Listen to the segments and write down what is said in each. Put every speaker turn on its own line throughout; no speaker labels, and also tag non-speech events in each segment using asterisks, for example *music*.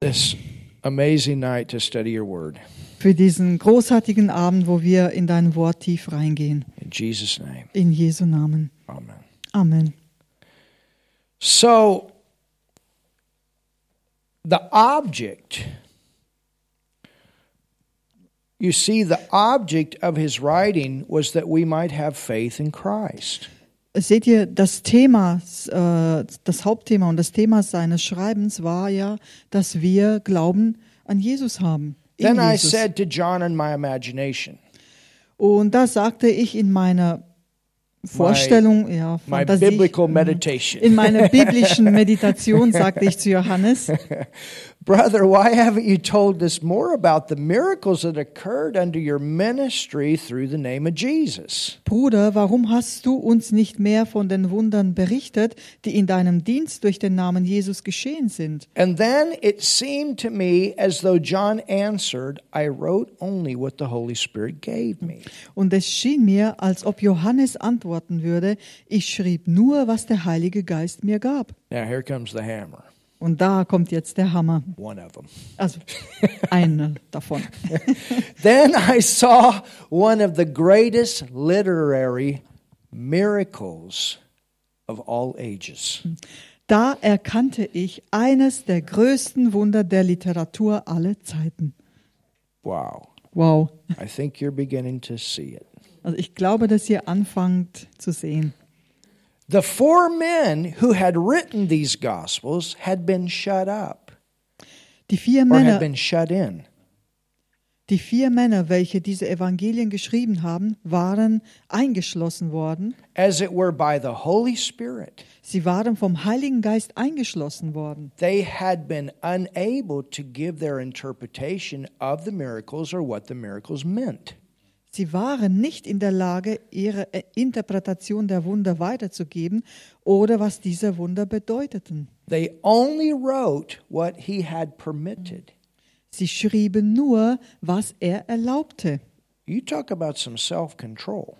this amazing night to study your word.
für diesen großartigen Abend, wo wir in dein Wort tief reingehen.
In Jesus' name,
In Jesu Namen.
amen.
Amen.
So, the object, you see, the object of his writing was that we might have faith in Christ.
Seht ihr, das Thema, äh, das Hauptthema und das Thema seines Schreibens war ja, dass wir Glauben an Jesus haben. In
Then I
Jesus.
said to John in my imagination,
und das sagte ich in meiner Vorstellung, ja,
my
Fantasie,
biblical meditation.
in meiner biblischen Meditation sagte ich
*laughs*
zu Johannes,
Brother, why haven't you told us more about the miracles that occurred under your ministry through the name of Jesus?
Bruder, warum hast du uns nicht mehr von den Wundern berichtet, die in deinem Dienst durch den Namen Jesus geschehen sind?
And then it seemed to me as though John answered, I wrote only what the Holy Spirit gave me.
Und es schien mir, als ob Johannes antworten würde, ich schrieb nur, was der Heilige Geist mir gab.
Now here comes the hammer,
Und da kommt jetzt der Hammer.
one of them.
Also eine davon.
*laughs* Then I saw one of the greatest literary miracles of all ages.
Da erkannte ich eines der größten Wunder der Literatur aller Zeiten.
Wow.
Wow.
I think you're beginning to see it.
Also ich glaube, dass ihr anfangt zu sehen.
The four men who had written these gospels had been shut up
Die vier
or had
Männer,
been shut in.
Die vier Männer, welche diese Evangelien geschrieben haben, waren eingeschlossen worden.
As it were, by the Holy Spirit.
Sie waren vom Heiligen Geist eingeschlossen worden.
They had been unable to give their interpretation of the miracles or what the miracles meant.
Sie waren nicht in der Lage, ihre äh, Interpretation der Wunder weiterzugeben oder was diese Wunder bedeuteten.
They only wrote what he had permitted.
Sie schrieben nur, was er erlaubte.
You talk about some self control.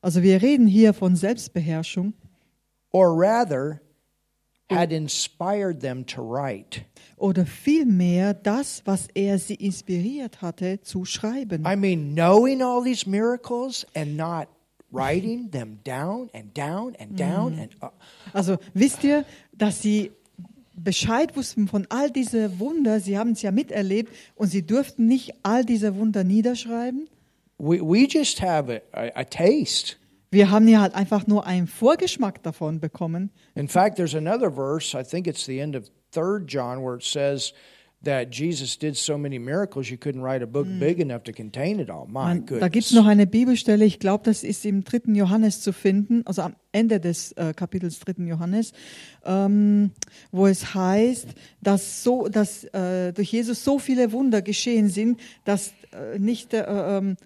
Also wir reden hier von Selbstbeherrschung
Or rather, had inspired them to write.
oder vielmehr das, was er sie inspiriert hatte, zu schreiben.
I mean, knowing all these miracles and not writing them down and down and down and uh, up.
Also wisst ihr, dass sie Bescheid wussten von all diese Wunder, sie haben es ja miterlebt und sie dürften nicht all diese Wunder niederschreiben?
We, we just have a, a, a taste.
Wir haben ja halt einfach nur einen Vorgeschmack davon bekommen.
In fact, there's another verse, I think it's the end of 3 John, where it says that Jesus did so many miracles you couldn't write a book
Mm.
big enough to contain it all. My
Man, da gibt
goodness.
es noch eine Bibelstelle, ich glaube, das ist im dritten Johannes zu finden, also am Ende des äh, Kapitels dritten Johannes, ähm, wo es heißt, dass, so, dass äh, durch Jesus so viele Wunder geschehen sind, dass äh, nicht äh, ähm,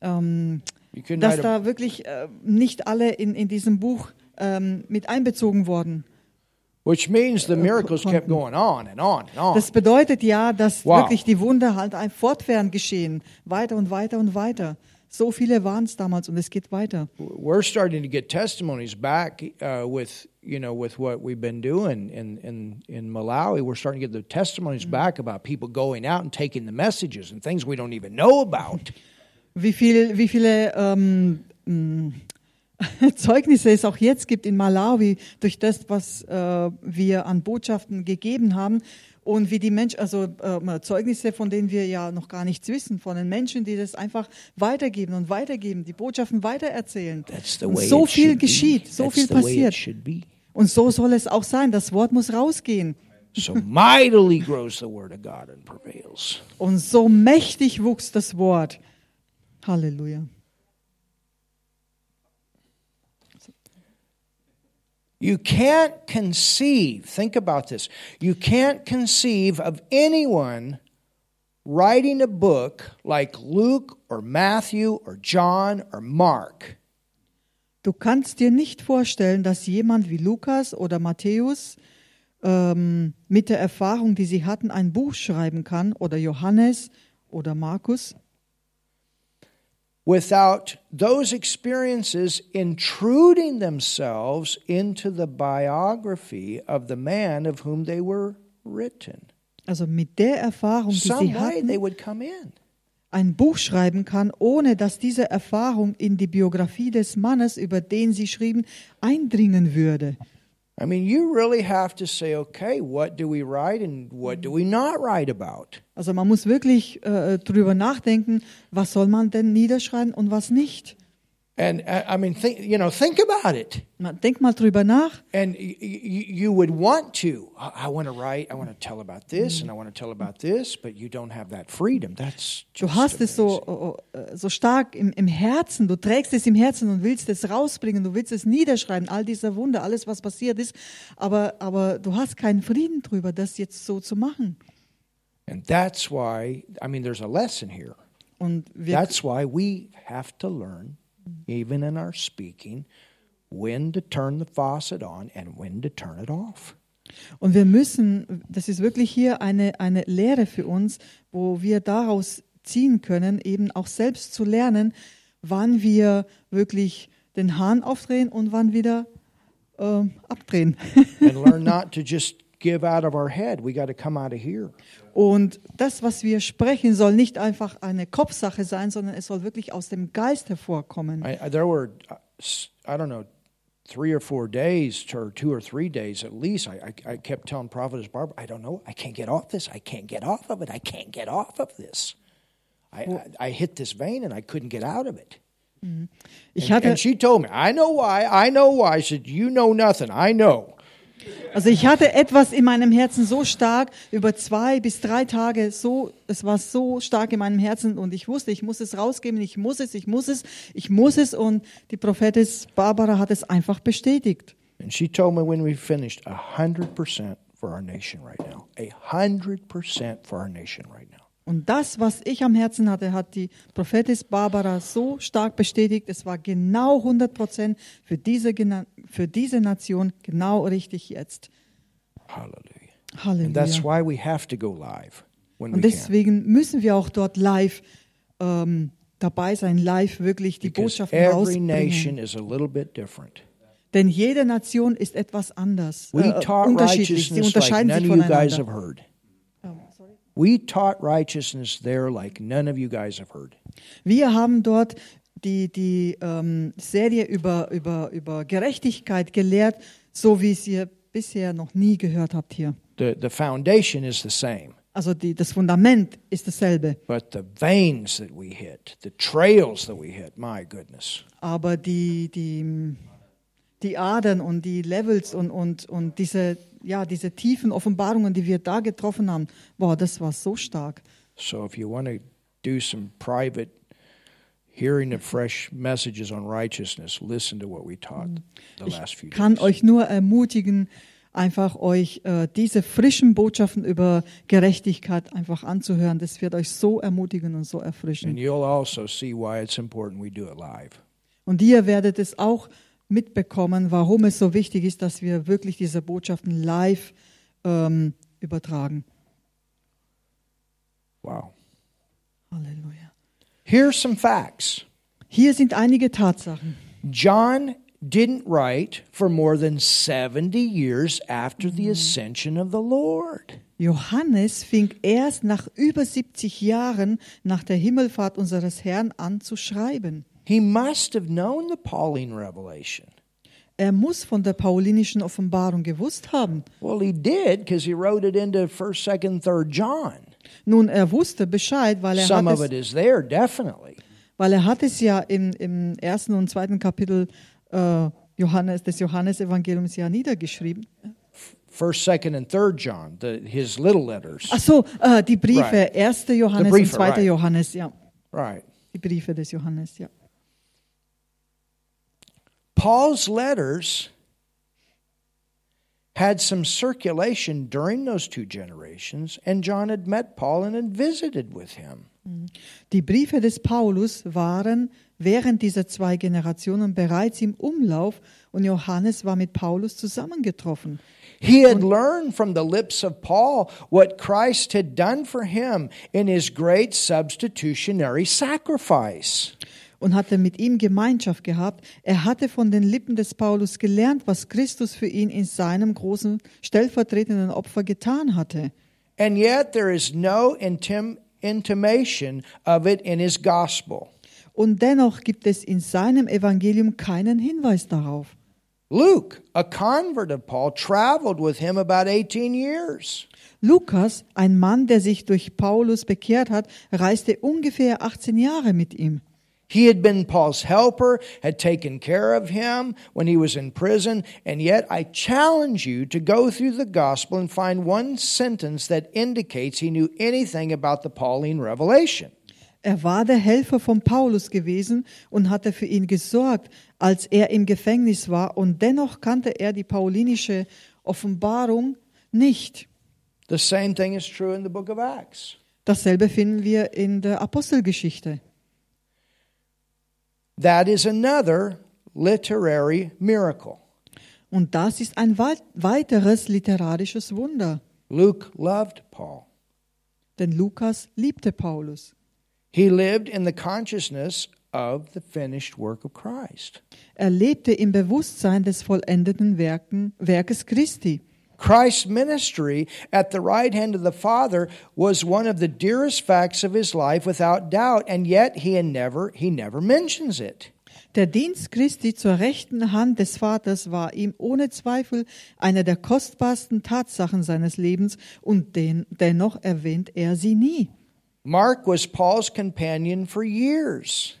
ähm,
you couldn't
dass
write a
da wirklich äh, nicht alle in, in diesem Buch ähm, mit einbezogen wurden.
Which means
Eh,
the miracles kept going on and on and on.
Das bedeutet ja, dass
Ah. Wow.
wirklich die Wunder halt ein- fortwährend geschehen, weiter und weiter und weiter. So viele waren es damals und es geht weiter.
We're starting to get testimonies back uh, with you know with what we've been doing in, in in Malawi. We're starting to get the
Mm.
testimonies back about people going out and taking the messages and things we don't even know
*laughs*
about.
Wie, viel, wie viele ähm, mh, *laughs* Zeugnisse es auch jetzt gibt in Malawi durch das, was äh, wir an Botschaften gegeben haben und wie die Menschen, also äh, Zeugnisse, von denen wir ja noch gar nichts wissen, von den Menschen, die das einfach weitergeben und weitergeben, die Botschaften weitererzählen.
That's the
und
way
so
it
viel
should be.
geschieht, so
That's
viel
the way it
passiert.
should be.
Und so soll es auch sein. Das Wort muss rausgehen.
So mightily grows the word of God and prevails.
Und so mächtig wuchs das Wort. Halleluja.
You can't conceive, think about this. You can't conceive of anyone writing a book like Luke or Matthew or John or Mark
Du kannst dir nicht vorstellen, dass jemand wie Lukas oder Matthäus ähm, mit der Erfahrung, die sie hatten, ein Buch schreiben kann oder Johannes oder Markus,
without those experiences intruding themselves into the biography of the man of whom they were written.
Also mit der Erfahrung, die
Some
sie
way they
hatten,
would come in.
ein Buch schreiben kann, ohne dass diese Erfahrung in die Biografie des Mannes, über den sie schrieben, eindringen würde.
I mean, you really have to say, okay, what do we write and what do we
Mm-hmm.
not write about?
Also man muss wirklich äh, drüber nachdenken, was soll man denn niederschreiben und was nicht.
And uh, I I mean, think, you know, think about it.
Man, denk mal drüber nach.
And y- y- you would want to. I I want to write. I want to tell about this,
Mm-hmm.
and I want to tell about this. But you don't have that freedom. That's
Du
just
hast es so, oh, oh, äh, so stark im, im Herzen, du trägst es im Herzen und willst es rausbringen, du willst es niederschreiben, all dieser Wunder, alles, was passiert ist, aber, aber du hast keinen Frieden drüber, das jetzt so zu machen.
And that's why. I mean, there's a lesson here.
Und wir,
That's why we have to learn, even in our speaking, when to turn the faucet on and when to turn it off.
und wir müssen, das ist wirklich hier eine, eine Lehre für uns, wo wir daraus ziehen können, eben auch selbst zu lernen, wann wir wirklich den Hahn aufdrehen und wann wieder ähm, abdrehen. *laughs*
and learn not to just give out of our head. We got to come out of here.
Und das, was wir sprechen, soll nicht einfach eine Kopfsache sein, sondern es soll wirklich aus dem Geist hervorkommen.
I, I- there were, uh, s- I don't know, three or four days, t- or two or three days at least. I, I, I kept telling Prophetess Barbara, I don't know, I can't get off this. I can't get off of it. I can't get off of this. I, I, I hit this vein and I couldn't get out of it.
Ich
And,
hatte,
and she told me, I know why. I know why. She said, You know nothing. I know.
also ich hatte etwas in meinem Herzen so stark, über zwei bis drei Tage so, es war so stark in meinem Herzen und ich wusste, ich muss es rausgeben, ich muss es, ich muss es, ich muss es und die Prophetin Barbara hat es einfach bestätigt.
And she told me when we finished, 100% for our nation right now. 100% for our nation right now.
Und das, was ich am Herzen hatte, hat die Prophetin Barbara so stark bestätigt. Es war genau 100 Prozent für diese, Gena- für diese Nation genau richtig jetzt.
Hallelujah. And that's
Halleluja.
why we have to go live when we can.
Und deswegen müssen wir auch dort live ähm, dabei sein, live wirklich die
Because
Botschaft
every
rausbringen.
nation is a little bit different.
Denn jede Nation ist etwas anders,
We
äh,
taught
unterschiedlich. Sie
righteousness like
unterscheiden
none of
sich
you guys
voneinander.
have heard. We taught righteousness there like none of you guys have heard.
Wir haben dort die, die ähm, Serie über, über, über Gerechtigkeit gelehrt, so wie es ihr bisher noch nie gehört habt hier.
The, the foundation is the same,
Also die, das Fundament ist dasselbe,
but the veins that we hit, the trails that we hit, my goodness.
aber die, die, die Adern und die Levels und, und, und diese, ja, diese tiefen Offenbarungen, die wir da getroffen haben, boah, das war so stark.
So if you want to do some private hearing of fresh messages on righteousness, listen to what we taught the last few
kann
days.
euch nur ermutigen, einfach euch äh, diese frischen Botschaften über Gerechtigkeit einfach anzuhören. Das wird euch so ermutigen und so
And
erfrischen.
you'll also see why it's important we do it live.
Und ihr werdet es auch mitbekommen, warum es so wichtig ist, dass wir wirklich diese Botschaften live ähm, übertragen.
Wow.
Halleluja.
Here's some facts
Hier sind einige Tatsachen.
John didn't write for more than 70 years after the ascension of the Lord.
Johannes fing erst nach über 70 Jahren nach der Himmelfahrt unseres Herrn an zu schreiben.
He must have known the Pauline revelation.
Er muss von der paulinischen Offenbarung gewusst haben.
Well, he did because he wrote it into 1st, 2nd, 3rd John.
Nun, er wusste Bescheid, weil er,
Some
hat
of it
es,
is there, definitely.
weil er hat es ja im, im ersten und zweiten Kapitel äh, Johannes, des Johannesevangeliums ja niedergeschrieben.
1st, 2nd, and 3rd John, the, his little letters.
Ach so, äh, die Briefe,
Right.
1. erste Johannes
The
und
Briefe,
zweiter
right.
Johannes, ja.
Right.
Die Briefe des Johannes, ja.
Paul's letters had some circulation during those two generations, and John had met Paul and had visited with him.
Die Briefe des Paulus waren während dieser zwei Generationen bereits im Umlauf und Johannes war mit Paulus zusammengetroffen.
He had learned from the lips of Paul what Christ had done for him in his great substitutionary sacrifice.
und hatte mit ihm Gemeinschaft gehabt. Er hatte von den Lippen des Paulus gelernt, was Christus für ihn in seinem großen stellvertretenden Opfer getan hatte.
and yet there is no intim- intimation of it in his gospel.
Und dennoch gibt es in seinem Evangelium keinen Hinweis darauf.
Luke, a convert of Paul, traveled with him about 18 years.
Lukas, ein Mann, der sich durch Paulus bekehrt hat, reiste ungefähr 18 Jahre mit ihm.
He had been Paul's helper, had taken care of him when he was in prison, and yet I challenge you to go through the gospel and find one sentence that indicates he knew anything about the Pauline revelation.
Er war der Helfer von Paulus gewesen und hatte für ihn gesorgt, als er im Gefängnis war, und dennoch kannte er die paulinische Offenbarung nicht.
The same thing is true in the book of Acts.
Dasselbe finden wir in der Apostelgeschichte.
That is another literary miracle.
Und das ist ein wei- weiteres literarisches Wunder,
Luke loved Paul.
denn Lukas liebte Paulus.
He lived in the consciousness of the finished work of Christ.
Er lebte im Bewusstsein des vollendeten Werken, Werkes Christi.
Christ's ministry at the right hand of the Father was one of the dearest facts of his life without doubt, and yet he had never he never mentions it.
Der Dienst Christi zur rechten Hand des Vaters war ihm ohne Zweifel eine der kostbarsten Tatsachen seines Lebens und den, dennoch erwähnt er sie nie.
Mark was Paul's companion for years.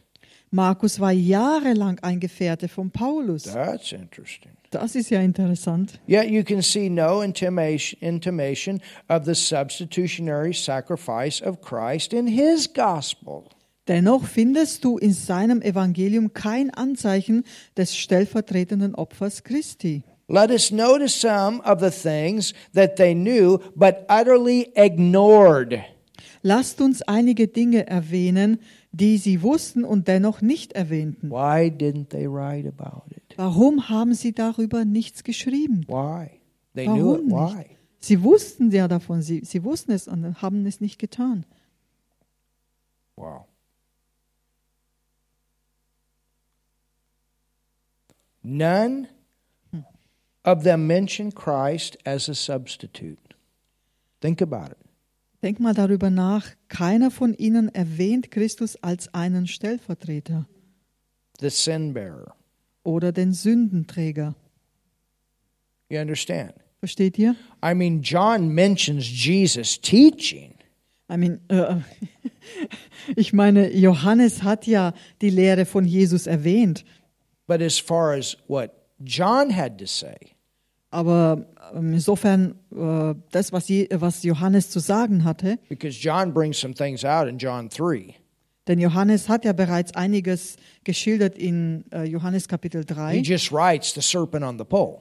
Markus war jahrelang ein Gefährte von Paulus.
That's interesting.
Das ist ja interessant.
Yet you can see no intimation, intimation of the substitutionary sacrifice of Christ in his gospel.
Dennoch findest du in seinem Evangelium kein Anzeichen des stellvertretenden Opfers Christi.
Let us notice some of the things that they knew but utterly ignored.
Lasst uns einige Dinge erwähnen, die sie wussten und dennoch nicht erwähnten.
Why didn't they write about it?
Warum haben sie darüber nichts geschrieben?
Why? They knew it.
Warum
Why?
nicht? Sie wussten ja davon, sie, sie wussten es und haben es nicht getan.
Wow. None Hmm. of them mention Christ as a substitute. Think about it.
Denk mal darüber nach, keiner von ihnen erwähnt Christus als einen Stellvertreter
The sin bearer.
oder den Sündenträger.
You understand?
Versteht ihr?
I mean, John mentions Jesus teaching,
I mean, äh, *laughs* ich meine, Johannes hat ja die Lehre von Jesus erwähnt,
but as far as what John had to say,
aber ähm, insofern äh, das, was, Je was Johannes zu sagen hatte,
because John brings some things out in John 3.
denn Johannes hat ja bereits einiges geschildert in äh, Johannes Kapitel
He
3.
just writes the serpent on the pole.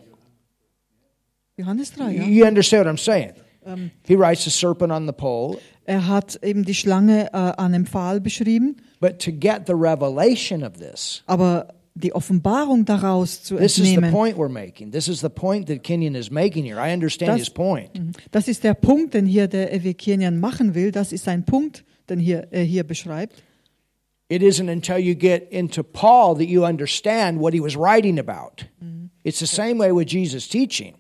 Johannes 3, ja.
You understand what I'm saying? he writes the serpent on the pole,
Er hat eben die Schlange äh, an dem Pfahl beschrieben,
but to get the revelation of this,
aber die Offenbarung daraus zu
this is the
entnehmen,
point we're making. This is the point that Kenyon is making here. I understand
Das-
his point.
das ist der Punkt, den hier der Evikenian machen will. Das ist ein Punkt, den hier, er hier beschreibt.
It isn't until you get into Paul that you understand what he was writing about. It's the same way with Jesus' teaching.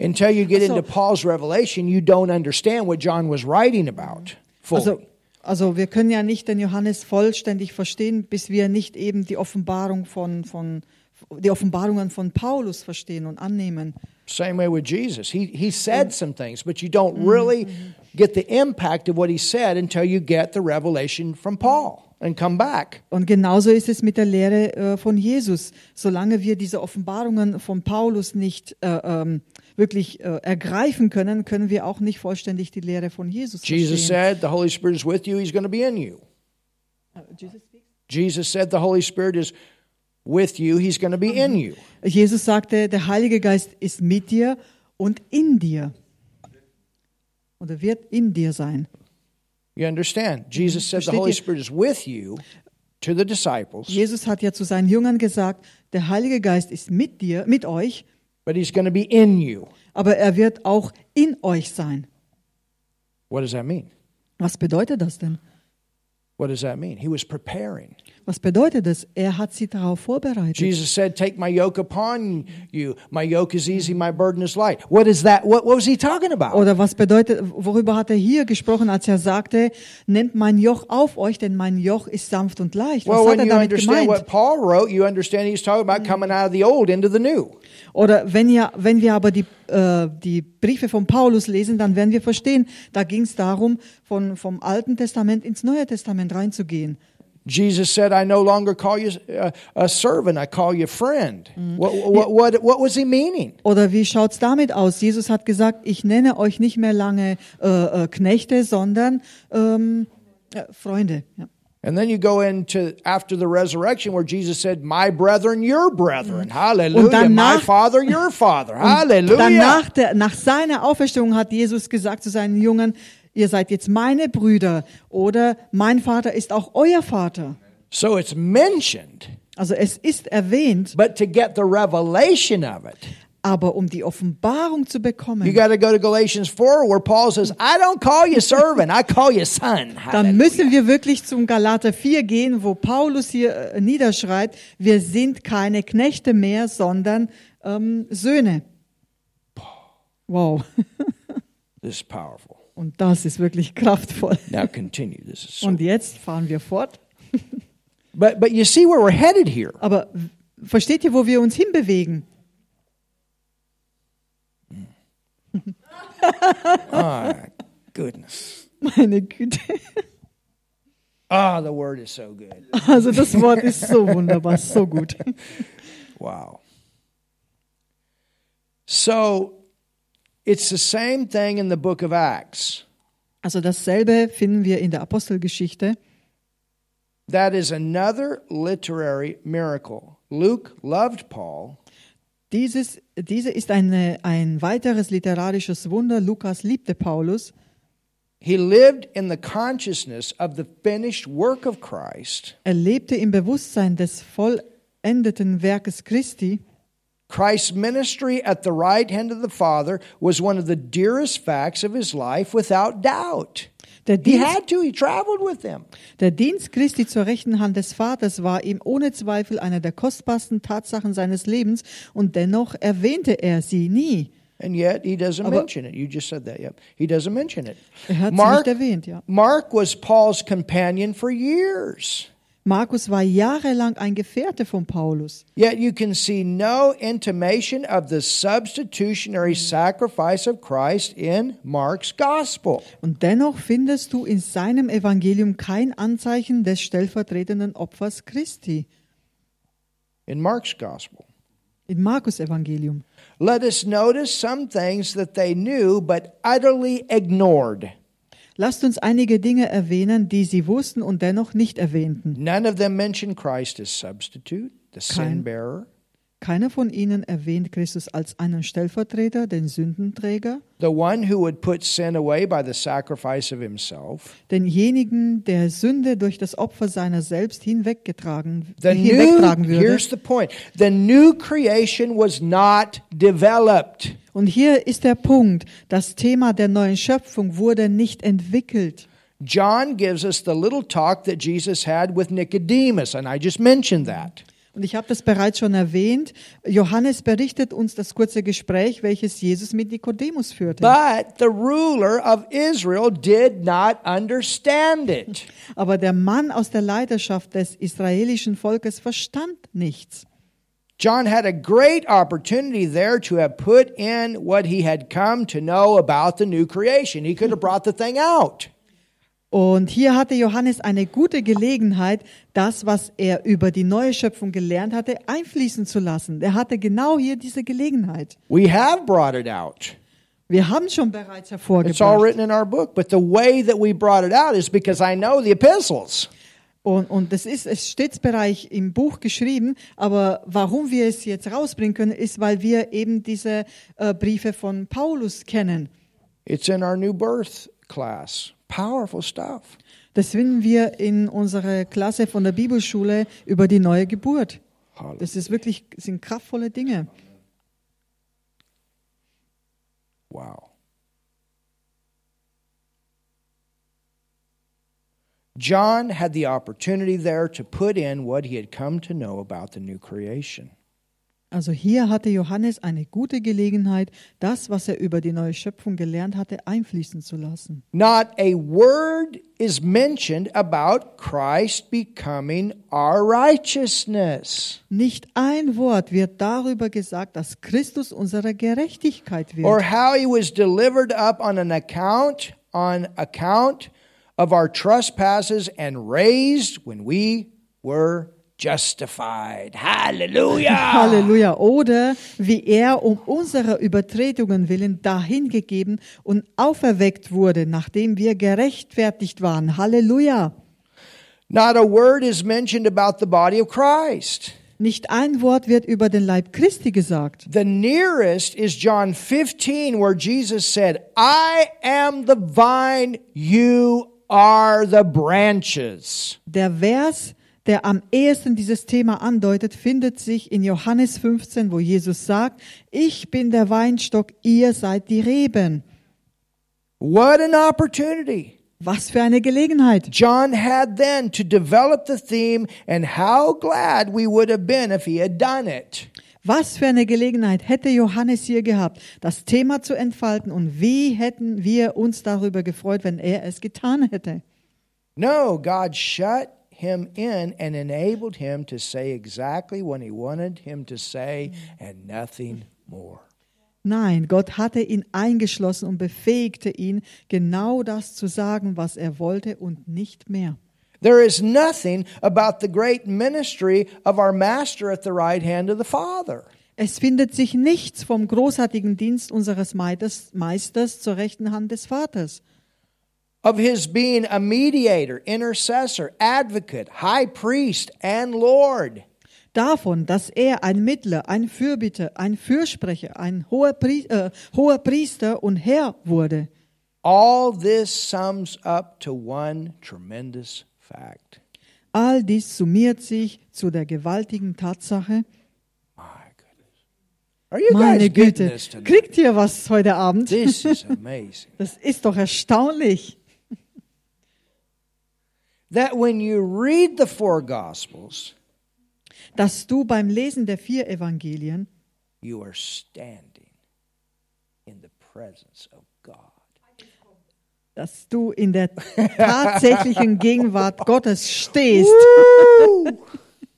Until you get
Also-
into Paul's revelation, you don't understand what John was writing about fully.
Also, also wir können ja nicht den Johannes vollständig verstehen, bis wir nicht eben die Offenbarung von, von die Offenbarungen von Paulus verstehen und annehmen.
Same way with Jesus. He, he said some things, but you don't really get the impact of what he said until you get the revelation from Paul and come back.
Und genauso ist es mit der Lehre äh, von Jesus. Solange wir diese Offenbarungen von Paulus nicht äh, ähm, wirklich äh, ergreifen können, können wir auch nicht vollständig die Lehre von Jesus
Jesus
verstehen.
said, The Holy Spirit is with you, he's going to be in you.
Äh,
Jesus said, The Holy Spirit is with you, he's going to be in you.
Jesus sagte, der Heilige Geist ist mit dir und in dir. Oder wird in dir sein.
You understand? Jesus said, The
Versteht
Holy
ihr?
Spirit is with you to the disciples,
Jesus hat ja zu seinen Jüngern gesagt, der Heilige Geist ist mit dir, mit euch,
but he's going to be in you.
aber er wird auch in euch sein.
What does that mean?
Was bedeutet das denn?
What does that mean? He was preparing.
Was bedeutet das? Er hat sie darauf vorbereitet.
Jesus said, Take my yoke upon you. My yoke is easy, my burden is light. What is that? What, what was he talking about?
Oder was bedeutet, worüber hat er hier gesprochen, als er sagte, nehmt mein Joch auf euch, denn mein Joch ist sanft und leicht. Was
Well,
hat
when
er
you
damit
understand
gemeint?
what Paul wrote, you understand he's talking about coming out of the old into the new.
Oder wenn, ja, wenn wir aber die, äh, die Briefe von Paulus lesen, dann werden wir verstehen, da ging es darum, von, vom Alten Testament ins Neue Testament reinzugehen.
Jesus said, I no longer call you uh, a servant, I call you friend.
Mm.
What, what, what, what was he meaning?
Oder wie schaut's damit aus? Jesus hat gesagt, ich nenne euch nicht mehr lange äh, äh, Knechte, sondern ähm, äh, Freunde. Ja.
And then you go into after the resurrection where Jesus said, My brethren, your brethren. Hallelujah. My
Mm. danach-
father, your father.
Und
Hallelujah.
dann nach, der, nach seiner Auferstehung hat Jesus gesagt zu seinen Jungen, ihr seid jetzt meine Brüder oder mein Vater ist auch euer Vater.
So it's mentioned,
Also es ist erwähnt,
but to get the revelation of it,
aber um die Offenbarung zu
you
bekommen,
got to go to Galatians 4 where Paul says, I don't call you servant, I call you son.
dann
Hallelujah.
müssen wir wirklich zum Galater 4 gehen, wo Paulus hier äh, niederschreibt, wir sind keine Knechte mehr, sondern ähm, Söhne. Wow. *laughs*
This is powerful.
Und das ist wirklich kraftvoll.
Now continue. This is so.
Und jetzt fahren wir fort.
But but you see where we're headed here.
Aber w- versteht ihr, wo wir uns hinbewegen? *laughs*
My goodness.
Meine Güte.
Ah, the word is so good.
Also das Wort ist so wunderbar, so gut.
Wow. So it's the same thing in the book of Acts.
Also dasselbe finden wir in der Apostelgeschichte.
That is another literary miracle. Luke loved Paul,
Dieses, diese ist eine, ein weiteres literarisches Wunder. Lukas liebte Paulus.
He lived in the consciousness of the finished work of Christ.
Er lebte im Bewusstsein des vollendeten Werkes Christi.
Christ's ministry at the right hand of the Father was one of the dearest facts of his life without doubt.
Der
He
Dienst,
had to, he traveled with them.
der Dienst Christi zur rechten Hand des Vaters war ihm ohne Zweifel einer der kostbarsten Tatsachen seines Lebens und dennoch erwähnte er sie nie.
And yet he doesn't mention it. You just said that, yep. He doesn't mention it.
Er hat
Mark,
sie nicht erwähnt, ja.
Mark was Paul's companion for years.
Markus war jahrelang ein Gefährte von Paulus.
Yet you can see no intimation of the substitutionary sacrifice of Christ in Mark's gospel.
Und dennoch findest du in seinem Evangelium kein Anzeichen des stellvertretenden Opfers Christi.
In Mark's gospel.
In Markus Evangelium.
Let us notice some things that they knew but utterly ignored.
Lasst uns einige Dinge erwähnen, die sie wussten und dennoch nicht erwähnten.
None of them mentioned Christ as substitute, the sin
Kein-
bearer,
Keiner von ihnen erwähnt Christus als einen Stellvertreter, den Sündenträger,
the one who would put sin away by the sacrifice of himself,
denjenigen, der Sünde durch das Opfer seiner selbst hinweggetragen,
the
äh, hinwegtragen
new,
würde.
here's the point. The new creation was not developed.
Und hier ist der Punkt. Das Thema der neuen Schöpfung wurde nicht entwickelt.
John gives us the little talk that Jesus had with Nicodemus, and I just mentioned that.
Und ich habe das bereits schon erwähnt. Johannes berichtet uns das kurze Gespräch, welches Jesus mit Nikodemus führte.
But the ruler of Israel did not understand it.
Aber der Mann aus der Leidenschaft des israelischen Volkes verstand nichts.
John had a great opportunity there to have put in what he had come to know about the new creation. He could have brought the thing out.
Und hier hatte Johannes eine gute Gelegenheit, das, was er über die neue Schöpfung gelernt hatte, einfließen zu lassen. Er hatte genau hier diese Gelegenheit.
We have brought it out.
Wir haben schon bereits
It's all
hervorgebracht.
written in our book, but the way that we brought it out is because I know the epistles.
Und, und das ist, es steht bereits im Buch geschrieben, aber warum wir es jetzt rausbringen können, ist, weil wir eben diese äh, Briefe von Paulus kennen.
It's in our new birth class. Powerful stuff.
Das finden wir in unserer Klasse von der Bibelschule über die neue Geburt.
Halleluja.
Das ist wirklich, sind kraftvolle Dinge.
Wow. John had the opportunity there to put in what he had come to know about the new creation.
Also hier hatte Johannes eine gute Gelegenheit, das, was er über die neue Schöpfung gelernt hatte, einfließen zu lassen.
Not a word is mentioned about Christ becoming our righteousness
Nicht ein Wort wird darüber gesagt, dass Christus unsere Gerechtigkeit wird.
or how he was delivered up on an account on account of our trespasses and raised when we were justified. Hallelujah.
*laughs* Halleluja. Oder wie er um unsere Übertretungen willen dahingegeben und auferweckt wurde, nachdem wir gerechtfertigt waren. Halleluja.
Not a word is mentioned about the body of Christ.
Nicht ein Wort wird über den Leib Christi gesagt.
The nearest is John 15, where Jesus said, I am the vine, you are the branches.
Der Vers, der am ehesten dieses Thema andeutet, findet sich in Johannes 15, wo Jesus sagt, ich bin der Weinstock, ihr seid die Reben.
What an opportunity
Was für eine Gelegenheit.
John had then to develop the theme, and how glad we would have been if he had done it.
Was für eine Gelegenheit hätte Johannes hier gehabt, das Thema zu entfalten und wie hätten wir uns darüber gefreut, wenn er es getan hätte.
No, God shut him in and enabled him to say exactly what he wanted him to say and nothing more.
Nein, Gott hatte ihn eingeschlossen und befähigte ihn, genau das zu sagen, was er wollte und nicht mehr.
There is nothing about the great ministry of our Master at the right hand of the Father.
Es findet sich nichts vom großartigen Dienst unseres Meiters- Meisters zur rechten Hand des Vaters.
Of his being a mediator, intercessor, advocate, high priest, and Lord.
Davon, dass er ein Mittler, ein Fürbitter, ein Fürsprecher, ein hoher, Pri äh, hoher Priester und Herr wurde.
All this sums up to one tremendous fact.
All dies summiert sich zu der gewaltigen Tatsache,
My goodness. Are you
meine
guys getting
Güte,
this tonight?
kriegt ihr was heute Abend?
This is amazing.
Das ist doch erstaunlich,
that when you read the four gospels,
dass du beim Lesen der vier Evangelien
you are standing in the presence of God.
dass du in der tatsächlichen Gegenwart Gottes stehst.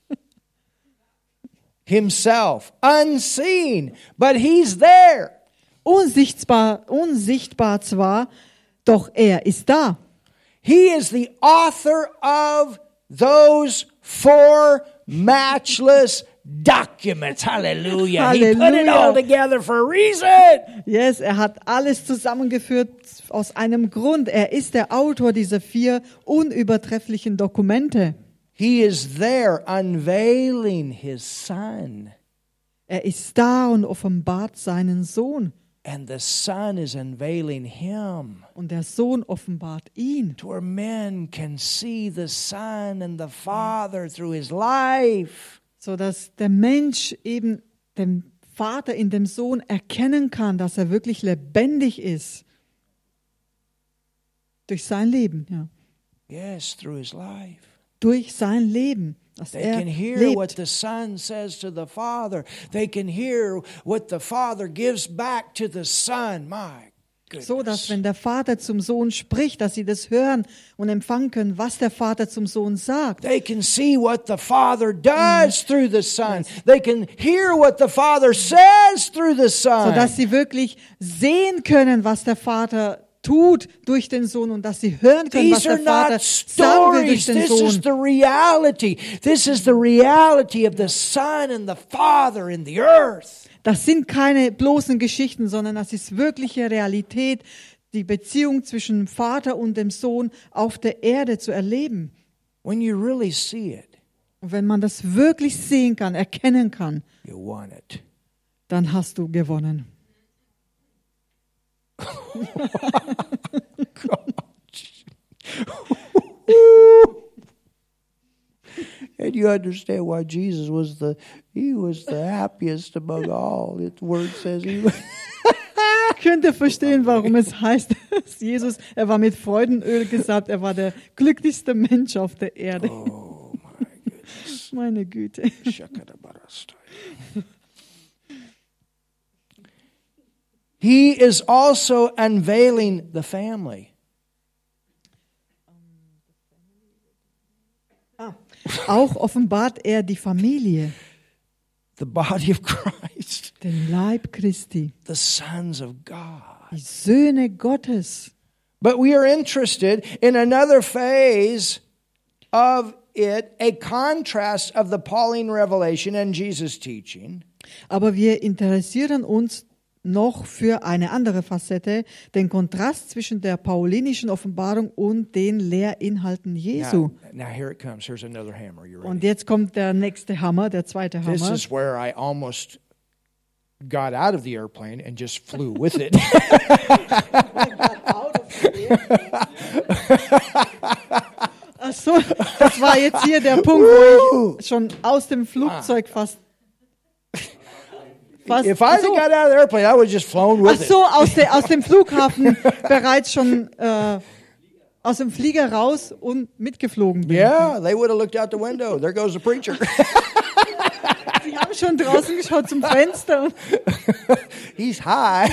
*laughs* Himself, unseen, but he's there.
Unsichtbar, unsichtbar zwar, doch er ist da.
He is the author of those four matchless documents. Hallelujah. He put it
Hallelujah.
all together for a reason.
Yes, er hat alles zusammengeführt aus einem Grund. Er ist der Autor dieser vier unübertrefflichen Dokumente.
He is there unveiling his son.
Er ist da und offenbart seinen Sohn.
And the Son is unveiling Him
Und der Sohn offenbart ihn,
to where men can see the Son and the Father through His life.
sodass der Mensch eben den Vater in dem Sohn erkennen kann, dass er wirklich lebendig ist. Durch sein Leben, ja.
Yes, through His life.
Durch sein Leben, dass
They
er
can hear what
lebt.
the Son says to the Father. They can hear what the Father gives back to the Son. My goodness.
So, dass wenn der Vater zum Sohn spricht, dass sie das hören und empfangen können, was der Vater zum Sohn sagt.
they can see what the Father does through the Son. They can hear what the Father says through the Son.
Sodass sie wirklich sehen können, was der Vater tut durch den Sohn und dass sie hören können, was
These are
der Vater
not
sagen will durch
stories.
den
This
Sohn.
is the reality. This is the reality of the Son and the Father in the earth.
Das sind keine bloßen Geschichten, sondern das ist wirkliche Realität, die Beziehung zwischen dem Vater und dem Sohn auf der Erde zu erleben.
When you really see it,
Und wenn man das wirklich sehen kann, erkennen kann,
you want it.
dann hast du gewonnen.
*laughs* And you understand why Jesus was the he was the happiest among all. The word says he was
Ah, könnt ihr verstehen, warum es heißt, *laughs* dass Jesus, er war mit Freudenöl gesalbt, er war der glücklichste Mensch auf der Erde.
*laughs* Oh my goodness.
Meine Güte.
Shakadabarastai. *laughs* He is also unveiling the family.
Auch offenbart er die Familie,
the body of Christ,
den Leib Christi,
the sons of God.
die Söhne Gottes.
But we are interested in another phase of it, a contrast of the Pauline revelation and Jesus' teaching.
Aber wir interessieren uns noch für eine andere Facette, den Kontrast zwischen der paulinischen Offenbarung und den Lehrinhalten Jesu.
Now, now here it comes. Here's another hammer. You're ready.
Und jetzt kommt der nächste Hammer, der zweite
This
Hammer.
is where I almost got out of the airplane and just flew with it.
Ach so, das war jetzt hier der Punkt, wo ich schon aus dem Flugzeug fast. fast
if I
ach
had
so,
got out of the airplane, I would have just flown
ach
with it.
so aus, der, aus dem Flughafen bereits schon äh, aus dem Flieger raus und mitgeflogen bin.
Yeah, they would have looked out the window. There goes the preacher. *laughs*
Die haben schon draußen geschaut zum Fenster und
He's high.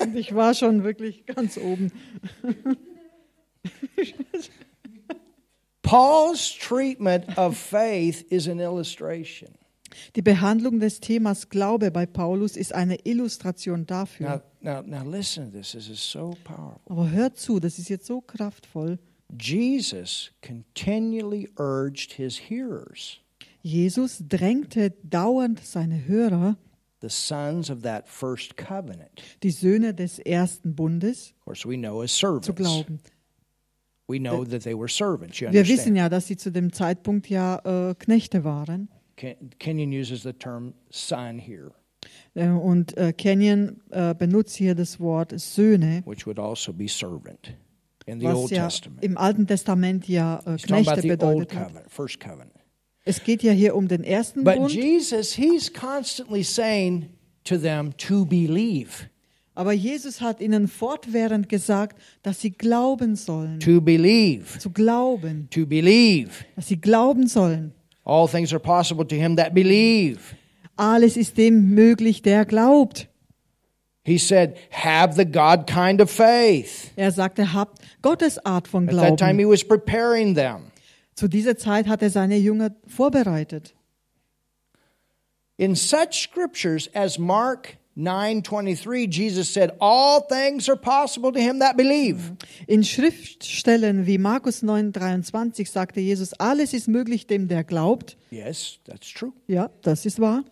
Und ich war schon wirklich ganz oben.
Paul's treatment of faith is an illustration.
Die Behandlung des Themas Glaube bei Paulus ist eine Illustration dafür.
Now, now, now listen to this. This is so powerful.
Aber hört zu, das ist jetzt so kraftvoll.
Jesus continually urged his hearers,
Jesus drängte dauernd seine Hörer,
the sons of that first covenant.
die Söhne des ersten Bundes,
Of course, we know as
zu
servants.
glauben.
We know that they were servants. You
Wir wissen
understand?
ja, dass sie zu dem Zeitpunkt ja äh, Knechte waren.
Ken- Kenyon uses the term son here,
Äh, Und äh, Kenyon äh, benutzt hier das Wort Söhne,
which would also be servant in the
was
Old
ja
Testament.
im Alten Testament ja äh,
He's talking
Knechte
about the Old
bedeutet hat.
Covenant, first covenant.
Es geht ja hier um den ersten
But
Bund.
Jesus, he's constantly saying to them to believe.
Aber Jesus hat ihnen fortwährend gesagt, dass sie glauben sollen.
To believe.
Zu glauben.
To believe.
Dass sie glauben sollen.
All things are possible to him that believe.
Alles ist dem möglich, der glaubt.
He said, have the God kind of faith.
Er sagte, habt Gottes Art von
At that time,
Glauben.
he was preparing them.
Zu dieser Zeit hat er seine Jünger vorbereitet.
In such scriptures as Mark 9:23, Jesus said, all things are possible to him that believe.
In Schriftstellen wie Markus 9,23 sagte Jesus, alles ist möglich dem, der glaubt.
Yes, that's true.
Ja, das ist wahr.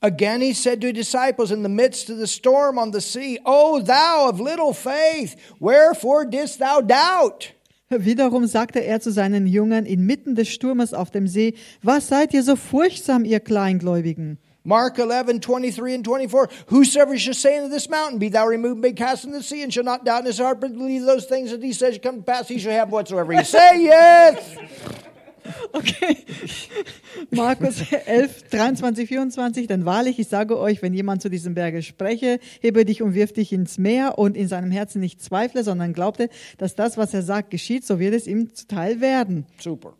Again, he said to his disciples in the midst of the storm on the sea, O thou of little faith, wherefore didst thou doubt?
Wiederum sagte er zu seinen Jüngern inmitten des Sturmes auf dem See, was seid ihr so furchtsam, ihr Kleingläubigen?
Mark 11, 23 and 24. Whosoever shall say unto this mountain, Be thou removed and be cast into the sea, and shall not doubt in his heart, but believe those things that he says shall come to pass, he shall have whatsoever he say. Yes!
Okay. Markus *laughs* 11, 23, 24. Denn wahrlich, ich sage euch, wenn jemand zu diesem Berge spreche, hebe dich und wirf dich ins Meer und in seinem Herzen nicht zweifle, sondern glaubte, dass das, was er sagt, geschieht, so wird es ihm zuteil werden.
*laughs* Super.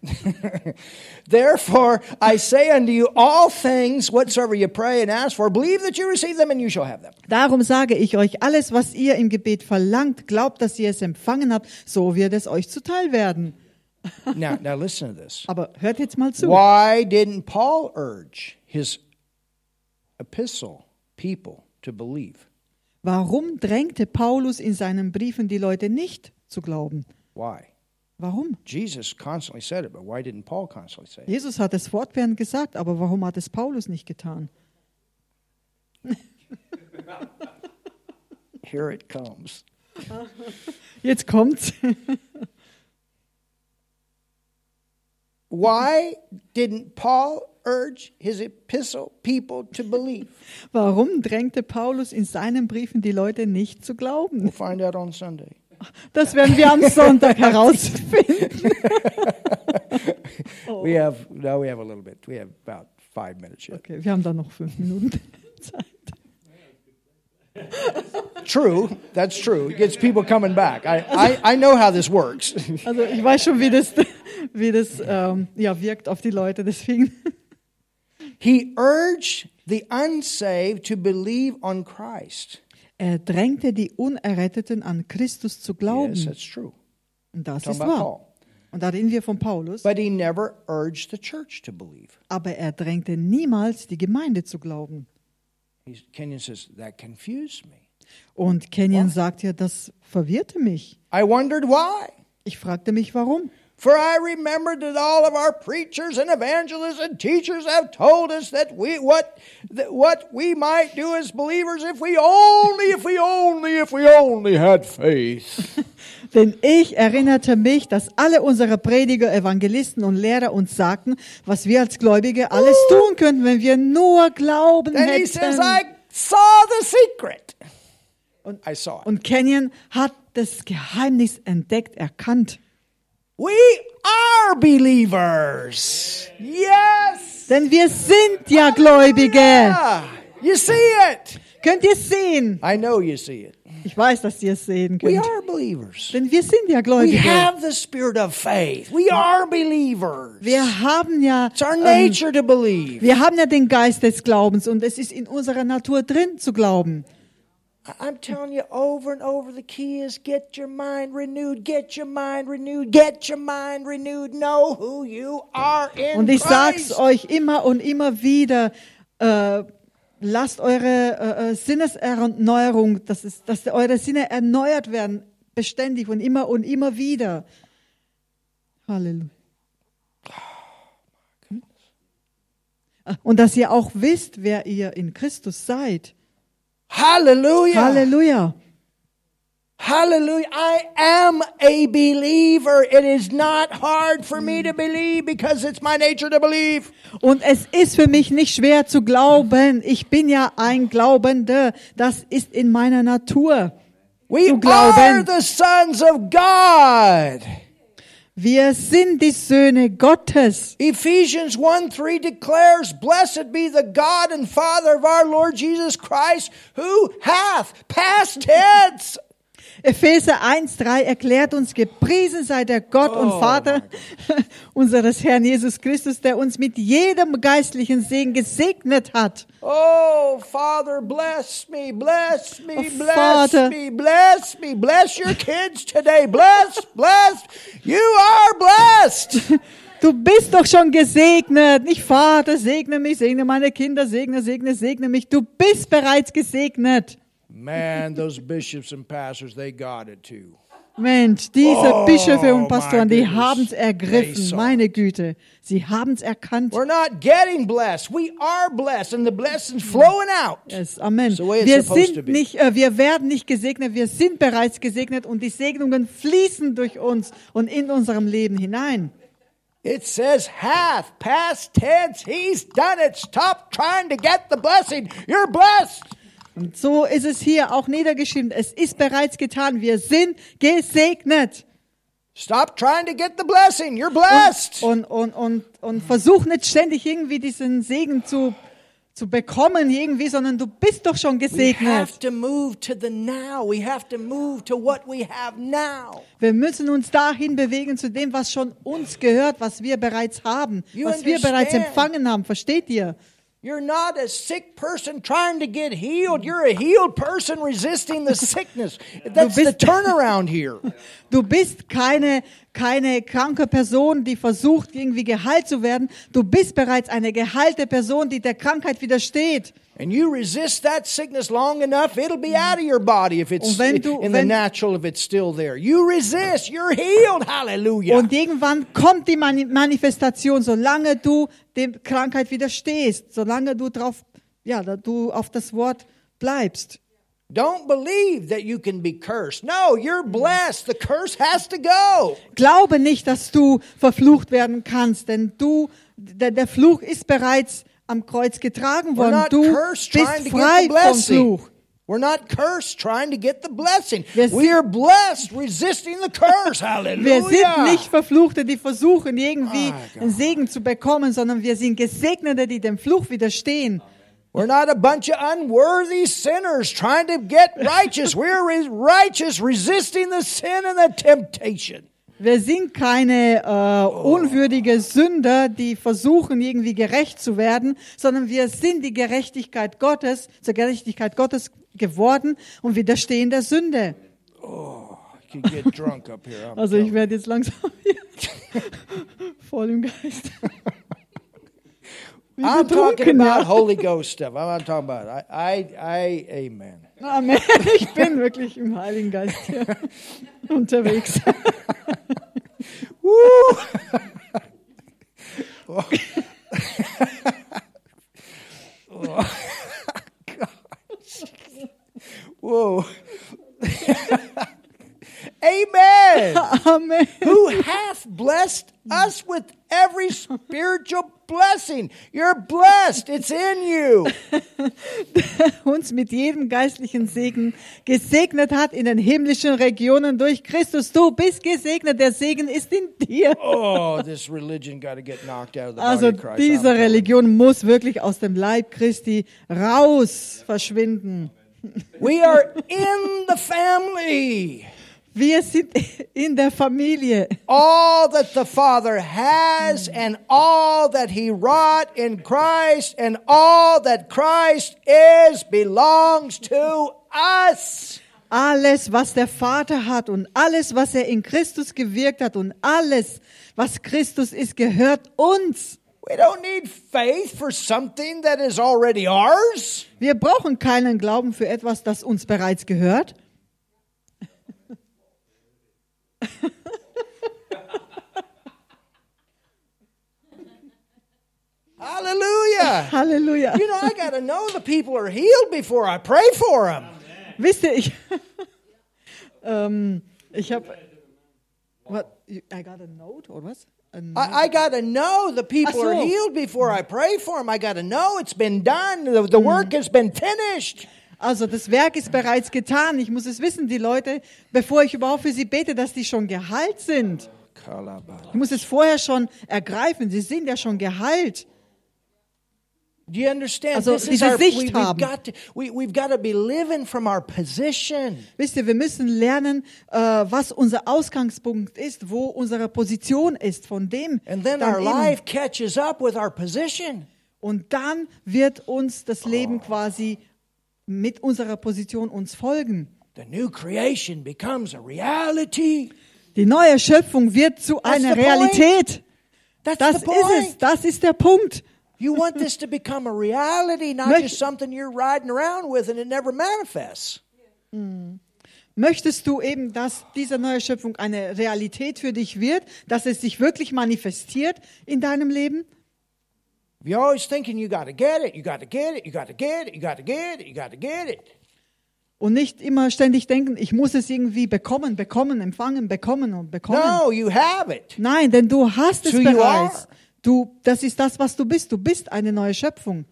*laughs* Therefore, I say unto you, all things whatsoever you pray and ask for, believe that you receive them, and you shall have them.
Darum sage ich euch, alles, was ihr im Gebet verlangt, glaubt, dass ihr es empfangen habt, so wird es euch zuteil werden.
Now, now listen to this.
Aber hört jetzt mal zu.
Why didn't Paul urge his epistle people to believe?
Warum drängte Paulus in seinen Briefen die Leute nicht zu glauben?
Why?
Warum?
Jesus constantly said it, but why didn't Paul constantly say it?
Jesus hat es fortwährend gesagt, aber warum hat es Paulus nicht getan?
Here it comes.
Jetzt kommt's.
Why didn't Paul urge his epistle people to believe?
Warum drängte Paulus in seinen Briefen die Leute nicht zu glauben?
We'll find out on Sunday.
Das werden wir am
*laughs*
Sonntag herausfinden.
We have no, we have a little bit. We have about five minutes yet.
Okay, wir haben da noch fünf Minuten Zeit.
True, that's true. It gets people coming back. I, I, I know how this works. *laughs*
Also ich weiß schon, wie das, wie das ähm, ja, wirkt auf die Leute. Deswegen.
He urged the unsaved to believe on Christ.
Er drängte die Unerretteten an Christus zu glauben.
Yes, that's true.
Und das
Talking
ist
about
wahr.
Paul.
Und da reden wir von Paulus.
But he never urged the church to believe.
Aber er drängte niemals die Gemeinde zu glauben.
He's, Kenyon says, That confused me.
Und Kenyon sagt ja, das verwirrte mich.
I wondered why.
Ich fragte mich, warum.
For I remembered that all of our preachers and evangelists and teachers have told us that we what that what we might do as believers if we only if we only if we only had faith.
Denn ich erinnerte mich, dass alle unsere Prediger, Evangelisten und Lehrer uns sagten, was wir als Gläubige alles tun könnten, wenn wir nur Glauben
And he says, I
hätten.
saw the secret.
Und-
I saw it.
Und Kenyon hat das Geheimnis entdeckt, erkannt.
We are believers. Yes.
Denn wir sind ja Gläubige.
Yeah. You see it.
Könnt ihr es sehen?
I know you see it.
Ich weiß, dass ihr es sehen
We
könnt.
are believers.
Denn wir sind ja
We
Gläubige.
have the spirit of faith. We are believers.
Wir haben ja,
It's our
ähm,
nature to believe.
wir haben ja den Geist des Glaubens und es ist in unserer Natur drin zu glauben.
I- I'm telling you over and over the key is get your mind renewed, get your mind renewed, get your mind renewed. Know who you are in
Und ich
Christ.
sag's euch immer und immer wieder, äh, lasst eure äh, äh, Sinneserneuerung, das ist, dass eure Sinne erneuert werden, beständig und immer und immer wieder. Halleluja. Und dass ihr auch wisst, wer ihr in Christus seid.
Hallelujah.
Halleluja.
Hallelujah. I am a believer. It is not hard for me to believe because it's my nature to believe.
Und es ist für mich nicht schwer zu glauben. Ich bin ja ein Glaubender. Das ist in meiner Natur.
We
Zu glauben.
are the sons of God.
Wir sind die Söhne Gottes.
Ephesians 1 3 declares, Blessed be the God and Father of our Lord Jesus Christ, who hath, past tense,
Epheser 1,3 erklärt uns, gepriesen sei der Gott und
Oh
Vater *laughs* unseres Herrn Jesus Christus, der uns mit jedem geistlichen Segen gesegnet hat.
Oh, Father, bless me, bless me,
Oh,
bless
Vater.
me, bless me, bless your kids today. Bless, bless. You are blessed.
Du bist doch schon gesegnet. Nicht Vater, segne mich, segne meine Kinder, segne, segne, segne mich. Du bist bereits gesegnet.
Man, those bishops and pastors, they got it too.
Mensch, diese
Oh,
Bischöfe
my
und Pastoren, die
goodness.
haben's
They
ergriffen.
saw
Meine Güte, sie haben's erkannt.
We're not getting blessed. We are blessed, and the blessing's flowing out.
Yes, Amen.
It's the way it's
Wir
supposed to
sind
be.
nicht, äh, wir werden nicht gesegnet, wir sind bereits gesegnet und die Segnungen fließen durch uns und in unserem Leben hinein.
It says hath, past tense. He's done it. Stop trying to get the blessing. You're blessed.
Und so ist es hier auch niedergeschrieben. Es ist bereits getan. Wir sind gesegnet.
Stop trying to get the blessing. You're blessed.
Und, und, und, und versuch nicht ständig irgendwie diesen Segen zu, zu bekommen irgendwie, sondern du bist doch schon
We have
gesegnet.
to move to the now. We have to move to what we have now.
Wir müssen uns dahin bewegen zu dem, was schon uns gehört, was wir bereits haben,
You
was wir bereits
understand.
empfangen haben. Versteht ihr?
You're not a sick person trying to get healed. You're a healed person resisting the sickness. That's the
bist-
turnaround here.
Du bist keine, keine kranke Person, die versucht, irgendwie geheilt zu werden. Du bist bereits eine geheilte Person, die der Krankheit widersteht.
And you resist that sickness long enough, it'll be out of your body if it's
Und wenn du-
in the
wenn-
natural, if it's still there. You resist, you're healed. Hallelujah.
Und irgendwann kommt die Mani Manifestation, solange du dem Krankheit widerstehst, solange du drauf, ja, da du auf das Wort bleibst.
Don't believe that you can be cursed. No, you're
Mm.
blessed. The curse has to go.
Glaube nicht, dass du verflucht werden kannst, denn du, der, der Fluch ist bereits am Kreuz getragen
We're
worden.
not
Du
cursed trying
bist
to get the
frei vom Fluch.
blessing. We're not cursed trying to get the blessing.
Wir
we
sind-
are blessed resisting the curse.
Wir sind nicht
Hallelujah.
Verfluchte, die versuchen, irgendwie
Ah, Gott.
einen Segen zu bekommen, sondern wir sind Gesegnete, die dem Fluch widerstehen.
We're not a bunch of unworthy sinners trying to *laughs* get righteous. We're re- righteous, resisting the sin and the temptation.
Wir sind keine äh,
Oh.
unwürdige Sünder, die versuchen, irgendwie gerecht zu werden, sondern wir sind die Gerechtigkeit Gottes, zur Gerechtigkeit Gottes geworden und widerstehen der Sünde.
I could get drunk up here. I'm
Also ich
telling you.
werde jetzt langsam hier *laughs* voll im Geist. Wie
I'm talking
betrunken,
about
ja.
Holy Ghost stuff. I'm not talking about it. I, I, I amen.
Amen. Ich bin wirklich im Heiligen Geist
*laughs*
hier unterwegs.
Whoa. *laughs* amen.
*laughs* Amen.
Who hath blessed us with every spiritual blessing. You're blessed. It's in you.
uns mit jedem geistlichen Segen gesegnet hat in den himmlischen Regionen durch Christus. Du bist gesegnet, der Segen ist in dir.
Oh, this religion got to get knocked out of the body
Also
of Christ.
diese
I'm telling you.
Religion muss wirklich aus dem Leib Christi raus verschwinden.
We are in the family.
Wir sind in der Familie.
all that the Father has and all that He wrought in Christ and all that Christ is belongs to us.
Alles, was der Vater hat und alles, was er in Christus gewirkt hat und alles, was Christus ist, gehört uns.
We don't need faith for something that is already ours.
Wir brauchen keinen Glauben für etwas, das uns bereits gehört.
Hallelujah.
Halleluja.
You know, I got to know the people are healed before I pray for them.
Wisst ihr, ich, *laughs* ähm, ich habe. What? You, I got a note or Ähm, was? A note.
I, I got to know the people are
so.
healed before I pray for them. I got to know it's been done, the, the work has been finished.
Also das Werk ist bereits getan. Ich muss es wissen, die Leute, bevor ich überhaupt für sie bete, dass die schon geheilt sind. Ich muss es vorher schon ergreifen. Sie sind ja schon geheilt.
Do you understand?
Also,
this is
diese
our,
Sicht
we, we've,
haben.
got to, we, we've got to be living from our position.
Wisst ihr, wir müssen lernen, äh, was unser Ausgangspunkt ist, wo unsere Position ist von dem.
And then
dann
our
eben.
life catches up with our position.
Und dann wird uns das Leben quasi mit unserer Position uns folgen.
The new creation becomes a reality.
Die neue Schöpfung wird zu
That's
einer
the point.
Realität.
That's
Das
the
ist
point.
es. Das ist der Punkt.
You want this to become a reality, not
Möcht-
just something you're riding around with and it never manifests.
Möchtest du eben, dass diese neue Schöpfung eine Realität für dich wird, dass es sich wirklich manifestiert in deinem Leben?
If You're always thinking you got to get it, you got to get it, you got to get it, you got to get it, you got to get it.
Und nicht immer ständig denken, ich muss es irgendwie bekommen, bekommen, empfangen, bekommen und bekommen.
No, you have it.
Nein, denn du hast es
Who you
bereits.
are.
Du, das ist das, was du bist. Du bist eine neue Schöpfung.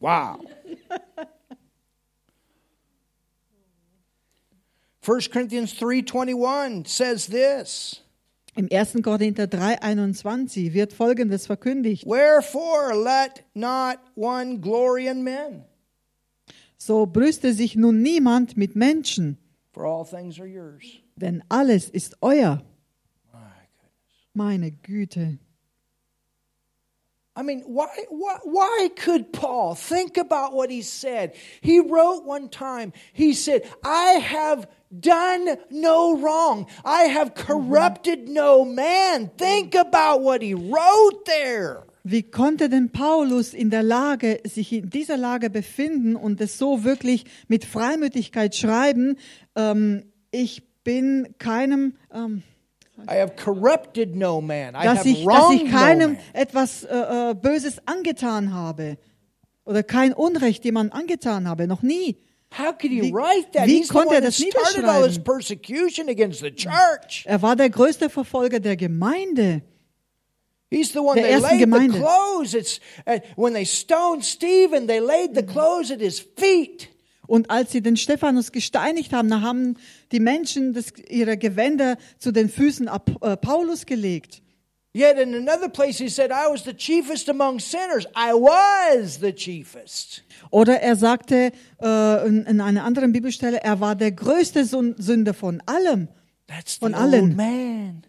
Wow. 1 Corinthians 3:21 says this,
Im 1. Korinther 3, 21 wird Folgendes verkündigt.
"Wherefore let not one glory in men,
So brüste sich nun niemand mit Menschen,
for all things are yours."
denn alles ist euer. Meine Güte.
I mean, why, why, why could Paul think about what he said? He wrote one time, he said, I have done no wrong. I have corrupted no man. Think about what he wrote there.
Wie konnte denn Paulus in der Lage, sich in dieser Lage befinden und es so wirklich mit Freimütigkeit schreiben? Ähm, ich bin keinem, ähm,
I have corrupted no man. I
dass
have
ich, dass
wronged
ich keinem
no man.
etwas äh, äh, Böses angetan habe oder kein Unrecht jemandem angetan habe, noch nie.
How could he
Wie-
write that?
wie
He's the
konnte
one
er
that
das
started all this
niederschreiben?
persecution against the church.
Er war der größte Verfolger der Gemeinde.
He's the one
Der
that
ersten
laid the
Gemeinde.
clothes. It's uh, when they stoned Stephen, they laid the clothes at his feet.
Und als sie den Stephanus gesteinigt haben, da haben die Menschen das, ihre Gewänder zu den Füßen Ap- äh, Paulus gelegt.
Yet in another place he said, I was the chiefest among sinners. I was the chiefest.
Oder er sagte äh, in, in einer anderen Bibelstelle, er war der größte Sun- Sünder von allem.
That's the
Von
old
allen.
man.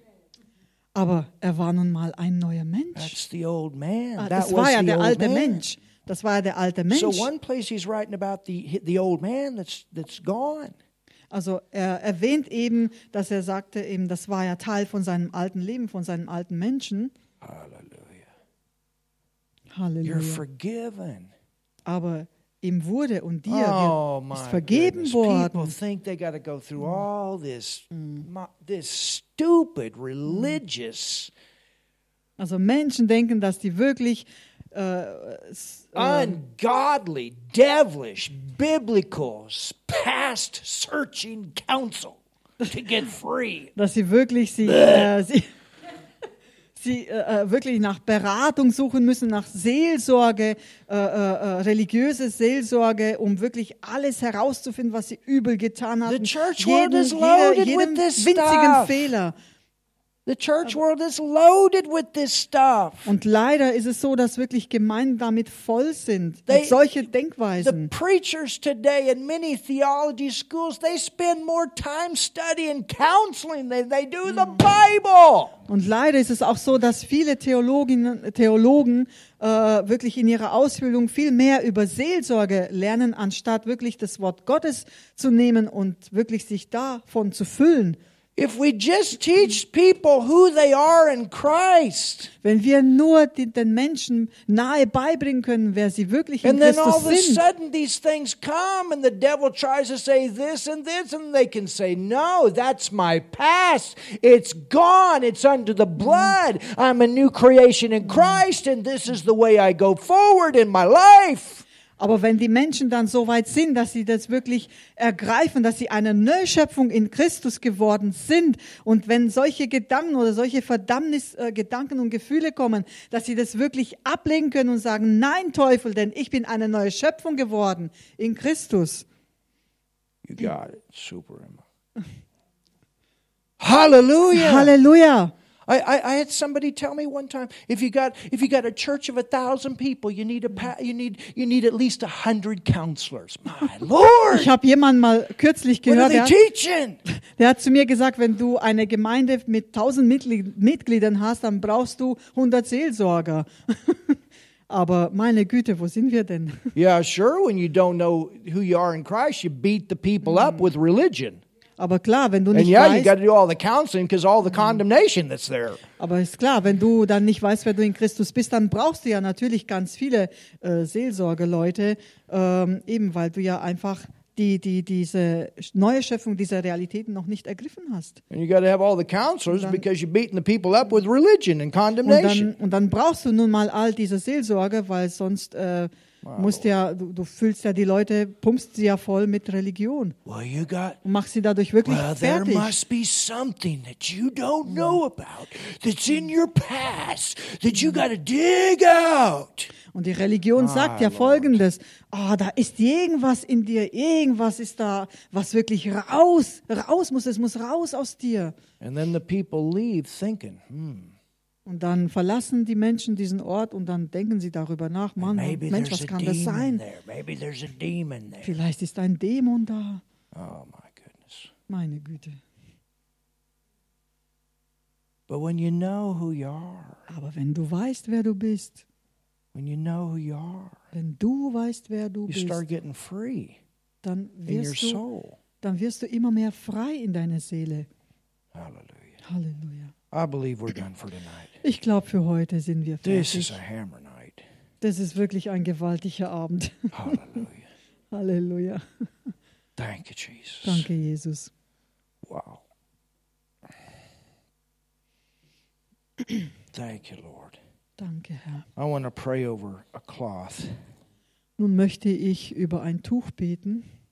Aber er war nun mal ein neuer Mensch.
That's the old man.
Ah,
that
Das
was
war ja
the
der
old
alte
man.
Mensch. Das war ja der alte
So
Mensch.
one place he's writing about the the old man that's that's gone.
Also er erwähnt eben, dass er sagte eben, das war ja Teil von seinem alten Leben, von seinem alten Menschen.
You're
Halleluja.
forgiven.
Aber ihm wurde und dir
oh
wird-
my
ist vergeben
goodness. People
worden.
think they got to go through all this mo- this stupid religious
Also Menschen denken, dass die wirklich äh, s-
ungodly, devilish, biblical, past searching counsel to *laughs* get free.
dass sie
*laughs*
wirklich sie, äh, sie, *laughs* sie äh, äh, wirklich nach Beratung suchen müssen, nach Seelsorge, äh, äh, äh, religiöse Seelsorge, um wirklich alles herauszufinden, was sie übel getan haben.
church world is loaded
jeden
with this
winzigen
stuff.
Fehler.
The church world is loaded with this stuff.
Und leider ist es so, dass wirklich Gemeinden damit voll sind.
They-
mit solche
The Mm.
Denkweisen.
preachers today in many theology schools, they spend more time studying counseling than they do the Bible.
Und leider ist es auch so, dass viele Theologinnen, Theologen äh, wirklich in ihrer Ausbildung viel mehr über Seelsorge lernen, anstatt wirklich das Wort Gottes zu nehmen und wirklich sich davon zu füllen.
If we just teach people who they are in Christ,
Wenn wir nur die, den Menschen nahe beibringen können, wer sie wirklich in
and then all
Christus
of a
sind,
sudden these things come, and the devil tries to say this and this, and they can say, No, that's my past. It's gone. It's under the blood. I'm a new creation in Christ, and this is the way I go forward in my life.
Aber wenn die Menschen dann so weit sind, dass sie das wirklich ergreifen, dass sie eine Neuschöpfung in Christus geworden sind und wenn solche Gedanken oder solche Verdammnis, äh, Gedanken und Gefühle kommen, dass sie das wirklich ablegen können und sagen, nein Teufel, denn ich bin eine neue Schöpfung geworden in Christus.
You got it. Super Emma. Hallelujah.
Halleluja!
I, I, I had somebody tell me one time if you got if you got a church of a thousand people, you need a pa- you need you need at least a hundred counselors. *laughs* My Lord.
Ich habe jemanden mal kürzlich
What are
gehört,
they
der,
teaching?
der hat zu mir gesagt, wenn du eine Gemeinde mit 1000 Mitglied- Mitgliedern hast, dann brauchst du 100 Seelsorger. *laughs* Aber meine Güte, wo sind wir denn?
*laughs*
*laughs*
Yeah, sure. When you don't know who you are in Christ, you beat the people up with religion.
Aber klar, wenn du
And
nicht
yeah, you
weißt,
got to do all the counseling because all the condemnation that's there.
aber ist klar, wenn du dann nicht weißt, wer du in Christus bist, dann brauchst du ja natürlich ganz viele äh, Seelsorgeleute, ähm, eben weil du ja einfach die, die, diese neue Schöpfung dieser Realitäten noch nicht ergriffen hast.
And you got to have all the counselors because you're beating the people up with religion and
Und
condemnation.
dann, und dann brauchst du nun mal all diese Seelsorge, weil sonst äh, musst ja, du, du füllst ja die Leute, pumpst sie ja voll mit Religion
well, you got
und machst sie dadurch wirklich
Well, there
fertig.
must be something that you don't know about that's in your past that you got to dig out.
Und die
Ah,
Religion sagt ja folgendes: Ah, da ist irgendwas in dir, irgendwas ist da, was wirklich raus, raus muss, es muss raus aus dir.
And then the people leave thinking, hmm,
Und dann verlassen die Menschen diesen Ort und dann denken sie darüber nach: Mann,
maybe
Mensch,
there's
was
a
kann das
demon
sein?
there. Maybe there's a demon there.
Vielleicht ist ein Dämon da.
Oh my goodness.
Meine Güte.
But when you know who you are,
Aber wenn du weißt, wer du bist,
when you know who you are,
wenn du weißt, wer du
you
bist,
start getting free
dann
in your
wirst, du,
soul.
dann wirst du immer mehr frei in deiner Seele.
Hallelujah.
Halleluja.
I believe we're done for tonight.
Ich glaube, für heute sind wir
This is a
fertig.
hammer night.
Das ist wirklich ein gewaltiger Abend. *laughs*
Hallelujah.
Halleluja.
Thank you, Jesus.
Danke, Jesus.
Wow. *clears throat* Thank you, Lord.
Danke, Herr.
I want to pray over a cloth.
Nun möchte ich über ein Tuch beten.